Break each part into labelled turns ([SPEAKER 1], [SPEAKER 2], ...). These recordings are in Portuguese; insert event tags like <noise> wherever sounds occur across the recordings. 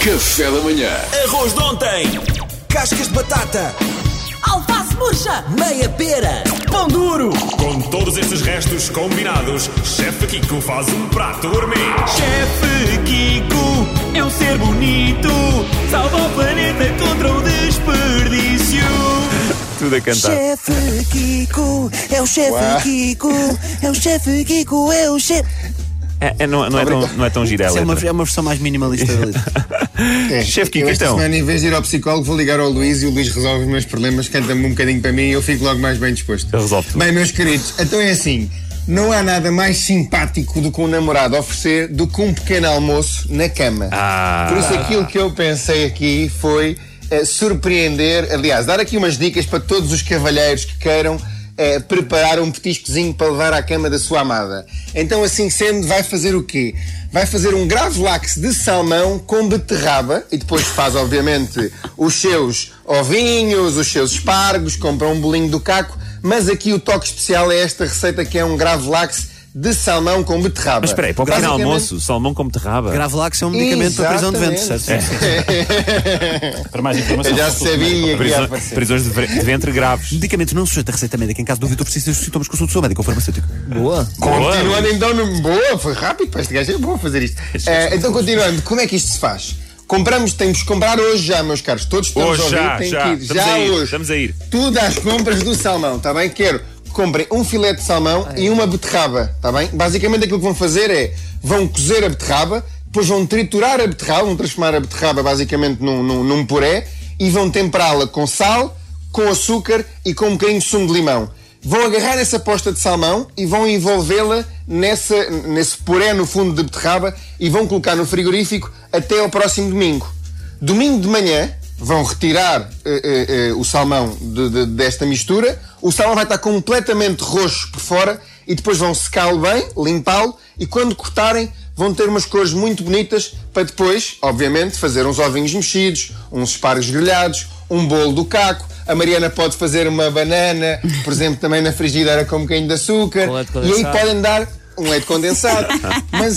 [SPEAKER 1] Café da manhã.
[SPEAKER 2] Arroz de ontem.
[SPEAKER 3] Cascas de batata.
[SPEAKER 4] Alface murcha.
[SPEAKER 3] Meia pera. Pão duro.
[SPEAKER 2] Com todos estes restos combinados, Chefe Kiko faz um prato gourmet.
[SPEAKER 5] Chefe Kiko é um ser bonito. Salva o planeta contra o desperdício.
[SPEAKER 6] Tudo a cantar.
[SPEAKER 7] Chefe Kiko, é o chefe Kiko, é o chefe Kiko, é o chefe.
[SPEAKER 6] É, é, não, não é tão, não é tão gira a
[SPEAKER 3] É uma,
[SPEAKER 6] letra.
[SPEAKER 3] é uma versão mais minimalista da letra.
[SPEAKER 8] É,
[SPEAKER 6] Chefe Kiko,
[SPEAKER 8] eu esta
[SPEAKER 6] então.
[SPEAKER 8] semana, em vez de ir ao psicólogo, vou ligar ao Luís e o Luís resolve os meus problemas, canta-me um bocadinho para mim e eu fico logo mais bem disposto.
[SPEAKER 6] Ele resolve tudo.
[SPEAKER 8] Bem, meus queridos, então é assim. Não há nada mais simpático do que um namorado oferecer do que um pequeno almoço na cama.
[SPEAKER 6] Ah.
[SPEAKER 8] Por isso aquilo que eu pensei aqui foi eh, surpreender, aliás, dar aqui umas dicas para todos os cavalheiros que queiram eh, preparar um petiscozinho para levar à cama da sua amada. Então, assim sendo, vai fazer o quê? Vai fazer um gravlax de salmão com beterraba e depois faz, obviamente, os seus ovinhos, os seus espargos, compra um bolinho do caco, mas aqui o toque especial é esta receita que é um gravlax de salmão com beterraba.
[SPEAKER 6] Mas espera aí, para o pequeno
[SPEAKER 8] Basicamente-
[SPEAKER 6] almoço, salmão como terraba.
[SPEAKER 3] Gravelax é um medicamento para prisão de ventre, certo?
[SPEAKER 8] <laughs>
[SPEAKER 9] Para mais informação.
[SPEAKER 8] Eu já sabia que ia
[SPEAKER 6] Prisão-
[SPEAKER 8] aparecer.
[SPEAKER 6] prisões de, vre- de ventre graves.
[SPEAKER 3] Medicamento não sujeito a receita médica. Em caso de dúvida, precisa dos sintomas, consulte o seu médico ou farmacêutico. Boa.
[SPEAKER 8] Continuando então, no- boa, foi rápido para este gajo, é bom fazer isto. Eh, então, continuando, como é que isto se faz? Compramos, temos que comprar hoje já, meus caros. Todos estamos
[SPEAKER 6] Hoje,
[SPEAKER 8] a ouvir,
[SPEAKER 6] já,
[SPEAKER 8] tem
[SPEAKER 6] já.
[SPEAKER 8] que ir
[SPEAKER 6] Estamos
[SPEAKER 8] já
[SPEAKER 6] a ir,
[SPEAKER 8] hoje.
[SPEAKER 6] estamos a ir.
[SPEAKER 8] Tudo às compras do salmão, está bem? Quero que comprem um filete de salmão e uma beterraba, está bem? Basicamente aquilo que vão fazer é, vão cozer a beterraba, depois vão triturar a beterraba, vão transformar a beterraba basicamente num, num, num puré e vão temperá-la com sal, com açúcar e com um bocadinho de sumo de limão. Vão agarrar essa posta de salmão e vão envolvê-la nessa, nesse puré no fundo de beterraba e vão colocar no frigorífico até ao próximo domingo. Domingo de manhã vão retirar eh, eh, eh, o salmão de- de- desta mistura. O salmão vai estar completamente roxo por fora e depois vão secá-lo bem, limpá-lo e quando cortarem vão ter umas cores muito bonitas para depois, obviamente, fazer uns ovinhos mexidos, uns espargos grelhados, um bolo do caco. A Mariana pode fazer uma banana, por exemplo, também na frigideira com um bocadinho de açúcar.
[SPEAKER 3] Com leite
[SPEAKER 8] E aí
[SPEAKER 3] condensado.
[SPEAKER 8] podem dar um leite condensado. mas,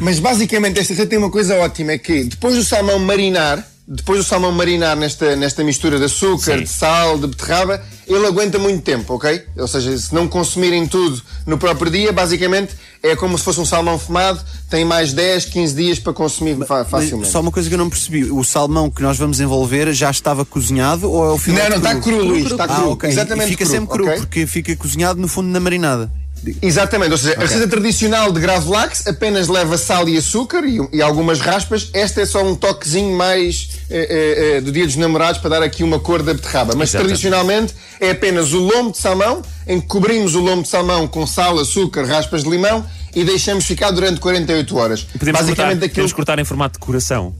[SPEAKER 8] mas basicamente esta receita tem uma coisa ótima, é que depois do salmão marinar, depois do salmão marinar nesta, nesta mistura de açúcar,
[SPEAKER 6] Sim.
[SPEAKER 8] de sal, de beterraba, ele aguenta muito tempo, ok? Ou seja, se não consumirem tudo no próprio dia, basicamente é como se fosse um salmão fumado, tem mais 10, 15 dias para consumir fa-
[SPEAKER 3] Mas
[SPEAKER 8] facilmente.
[SPEAKER 3] Só uma coisa que eu não percebi: o salmão que nós vamos envolver já estava cozinhado ou é o filete
[SPEAKER 8] Não, não, está cru, Luís, está
[SPEAKER 3] Ah,
[SPEAKER 8] cru.
[SPEAKER 3] ok.
[SPEAKER 8] Exatamente
[SPEAKER 3] E fica
[SPEAKER 8] cru,
[SPEAKER 3] sempre cru,
[SPEAKER 8] ok?
[SPEAKER 3] porque fica cozinhado no fundo na marinada.
[SPEAKER 8] Exatamente, ou seja, a receita tradicional de Gravlax apenas leva sal e açúcar e, e algumas raspas. Esta é só um toquezinho mais eh, eh, eh, do Dia dos Namorados para dar aqui uma cor da beterraba. Mas
[SPEAKER 6] Exatamente.
[SPEAKER 8] tradicionalmente é apenas o lombo de salmão, em que cobrimos o lombo de salmão com sal, açúcar, raspas de limão e deixamos ficar durante 48 horas.
[SPEAKER 6] Podemos cortar,
[SPEAKER 8] Basicamente aquilo
[SPEAKER 6] podemos cortar em formato de coração.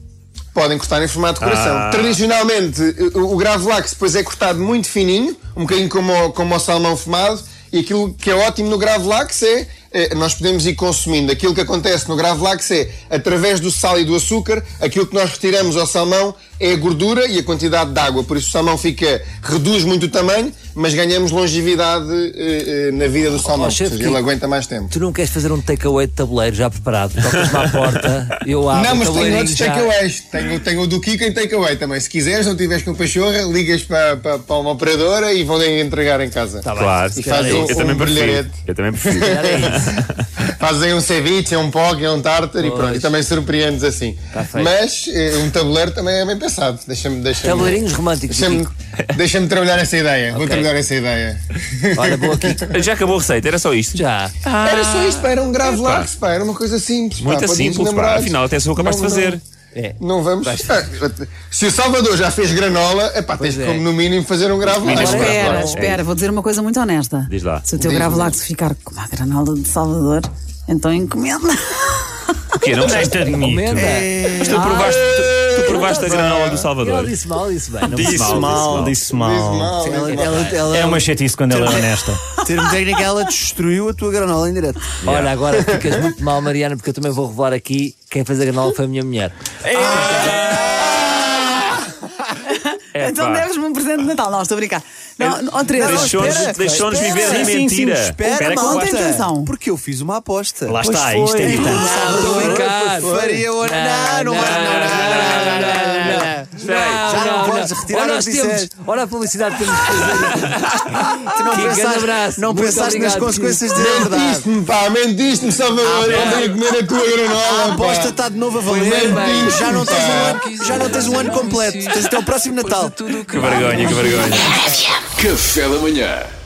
[SPEAKER 8] Podem cortar em formato de coração.
[SPEAKER 6] Ah.
[SPEAKER 8] Tradicionalmente, o o gravlax depois é cortado muito fininho, um bocadinho como o, como o salmão fumado, e aquilo que é ótimo no gravlax é, eh, nós podemos ir consumindo. Aquilo que acontece no gravlax é, através do sal e do açúcar, aquilo que nós retiramos ao salmão é a gordura e a quantidade de água. Por isso o salmão fica, reduz muito o tamanho, mas ganhamos longevidade eh, eh, na vida do salmão. Ou
[SPEAKER 10] chefe,
[SPEAKER 8] seja, ele
[SPEAKER 10] que-
[SPEAKER 8] aguenta mais tempo.
[SPEAKER 10] Tu não queres fazer um takeaway de tabuleiro já preparado? Tocas-me à porta, eu abro
[SPEAKER 8] Não,
[SPEAKER 10] o
[SPEAKER 8] mas tenho
[SPEAKER 10] tabuleirinho
[SPEAKER 8] outros
[SPEAKER 10] já.
[SPEAKER 8] takeaways. Tenho, tenho o do Kiko em takeaway também. Se quiseres, não tiveres com pachorra, ligas para, para, para uma operadora e vão entregar em casa.
[SPEAKER 10] Tá
[SPEAKER 6] Claro.
[SPEAKER 8] Tá E faz
[SPEAKER 6] eu,
[SPEAKER 8] um-
[SPEAKER 6] eu também
[SPEAKER 8] um
[SPEAKER 6] prefiro.
[SPEAKER 8] brilharete.
[SPEAKER 6] Eu também prefiro.
[SPEAKER 10] Era é isso.
[SPEAKER 8] <laughs> Fazem um ceviche, um pog, um tartar e
[SPEAKER 10] Pois. Tá
[SPEAKER 8] pronto. E também surpreendes assim.
[SPEAKER 10] feito.
[SPEAKER 8] mas eh, um tabuleiro também é bem pensado. Deixa-me. Deixa
[SPEAKER 10] Tabuleirinhos românticos,
[SPEAKER 8] Deixa-me
[SPEAKER 10] Kiko.
[SPEAKER 8] deixa trabalhar essa ideia. Vou
[SPEAKER 10] Ok.
[SPEAKER 8] trabalhar essa ideia.
[SPEAKER 10] Olha, boa aqui.
[SPEAKER 6] Já acabou a receita, era só isto.
[SPEAKER 10] Já.
[SPEAKER 6] Ah.
[SPEAKER 8] Era só isto, pá, era um grave lax, pá, era uma coisa simples. pá,
[SPEAKER 6] Muito
[SPEAKER 8] para dias
[SPEAKER 6] simples, pá.
[SPEAKER 8] namorados.
[SPEAKER 6] Afinal, até sou capaz de
[SPEAKER 8] Não, não.
[SPEAKER 6] fazer.
[SPEAKER 10] É.
[SPEAKER 8] Não vamos. Ah, <laughs> Se o Salvador já fez granola, epá, tens
[SPEAKER 10] é.
[SPEAKER 8] como no mínimo fazer um grave
[SPEAKER 6] Mínimo
[SPEAKER 8] lá.
[SPEAKER 6] grave
[SPEAKER 8] Epá,
[SPEAKER 6] lá.
[SPEAKER 11] Espera,
[SPEAKER 6] É.
[SPEAKER 11] espera, vou dizer uma coisa muito honesta.
[SPEAKER 6] Diz lá.
[SPEAKER 11] Se o teu
[SPEAKER 8] Diz-me.
[SPEAKER 11] gravo lápis ficar como a granola de Salvador, então encomenda.
[SPEAKER 6] O quê? Não gostaste de mim?
[SPEAKER 10] Comenda.
[SPEAKER 3] É.
[SPEAKER 6] Mas tu provaste, tu, tu provaste a granola do
[SPEAKER 10] Ela
[SPEAKER 6] Salvador.
[SPEAKER 10] disse mal, disse bem. Não
[SPEAKER 3] Ah,
[SPEAKER 9] Disse mal, disse mal.
[SPEAKER 8] Mal,
[SPEAKER 3] Ela,
[SPEAKER 8] hein?
[SPEAKER 3] ela, ela,
[SPEAKER 9] É uma chatice quando ela é honesta.
[SPEAKER 3] termo técnico, ela destruiu a tua granola em direto.
[SPEAKER 10] Olha, agora ficas muito mal, Mariana, porque eu também vou revelar aqui quem fez a granola foi a minha mulher.
[SPEAKER 6] É,
[SPEAKER 11] então
[SPEAKER 6] pá.
[SPEAKER 11] deves-me um presente de Natal. Não, estou a brincar. Não, não, Teresa,
[SPEAKER 6] Deixou-nos
[SPEAKER 11] espera.
[SPEAKER 6] deixou-nos
[SPEAKER 3] espera.
[SPEAKER 6] viver na
[SPEAKER 3] Sim, sim,
[SPEAKER 6] mentira.
[SPEAKER 3] sim, espera,
[SPEAKER 6] que eu
[SPEAKER 11] mal,
[SPEAKER 6] gosto.
[SPEAKER 11] tem razão. Não.
[SPEAKER 3] Porque eu fiz uma aposta.
[SPEAKER 9] Lá está, isto é
[SPEAKER 3] foi.
[SPEAKER 9] irritante.
[SPEAKER 10] Não, estou a brincar.
[SPEAKER 3] Faria o- Não, não, não, não, não, não, não, não, disseres, retirar
[SPEAKER 10] olha,
[SPEAKER 3] o
[SPEAKER 10] nós
[SPEAKER 3] que disseres.
[SPEAKER 10] temos, olha a publicidade que temos de fazer.
[SPEAKER 3] Tu não
[SPEAKER 10] Que grande
[SPEAKER 3] pensaste-
[SPEAKER 10] abraço.
[SPEAKER 3] não
[SPEAKER 10] Muito
[SPEAKER 3] pensaste nas
[SPEAKER 10] obrigado,
[SPEAKER 3] consequências de dizer a verdade.
[SPEAKER 8] Mentiste-me, pá, mentiste-me, Salvador. Eu andei a comer a tua granola,
[SPEAKER 3] A
[SPEAKER 8] pá.
[SPEAKER 3] aposta está de novo a
[SPEAKER 8] Foi
[SPEAKER 3] valer.
[SPEAKER 8] bem
[SPEAKER 3] Já não tens um
[SPEAKER 8] visto,
[SPEAKER 3] ano, já não tens um ano completo. Tens até o próximo Natal.
[SPEAKER 6] Que vergonha, que vergonha.
[SPEAKER 1] Café da manhã.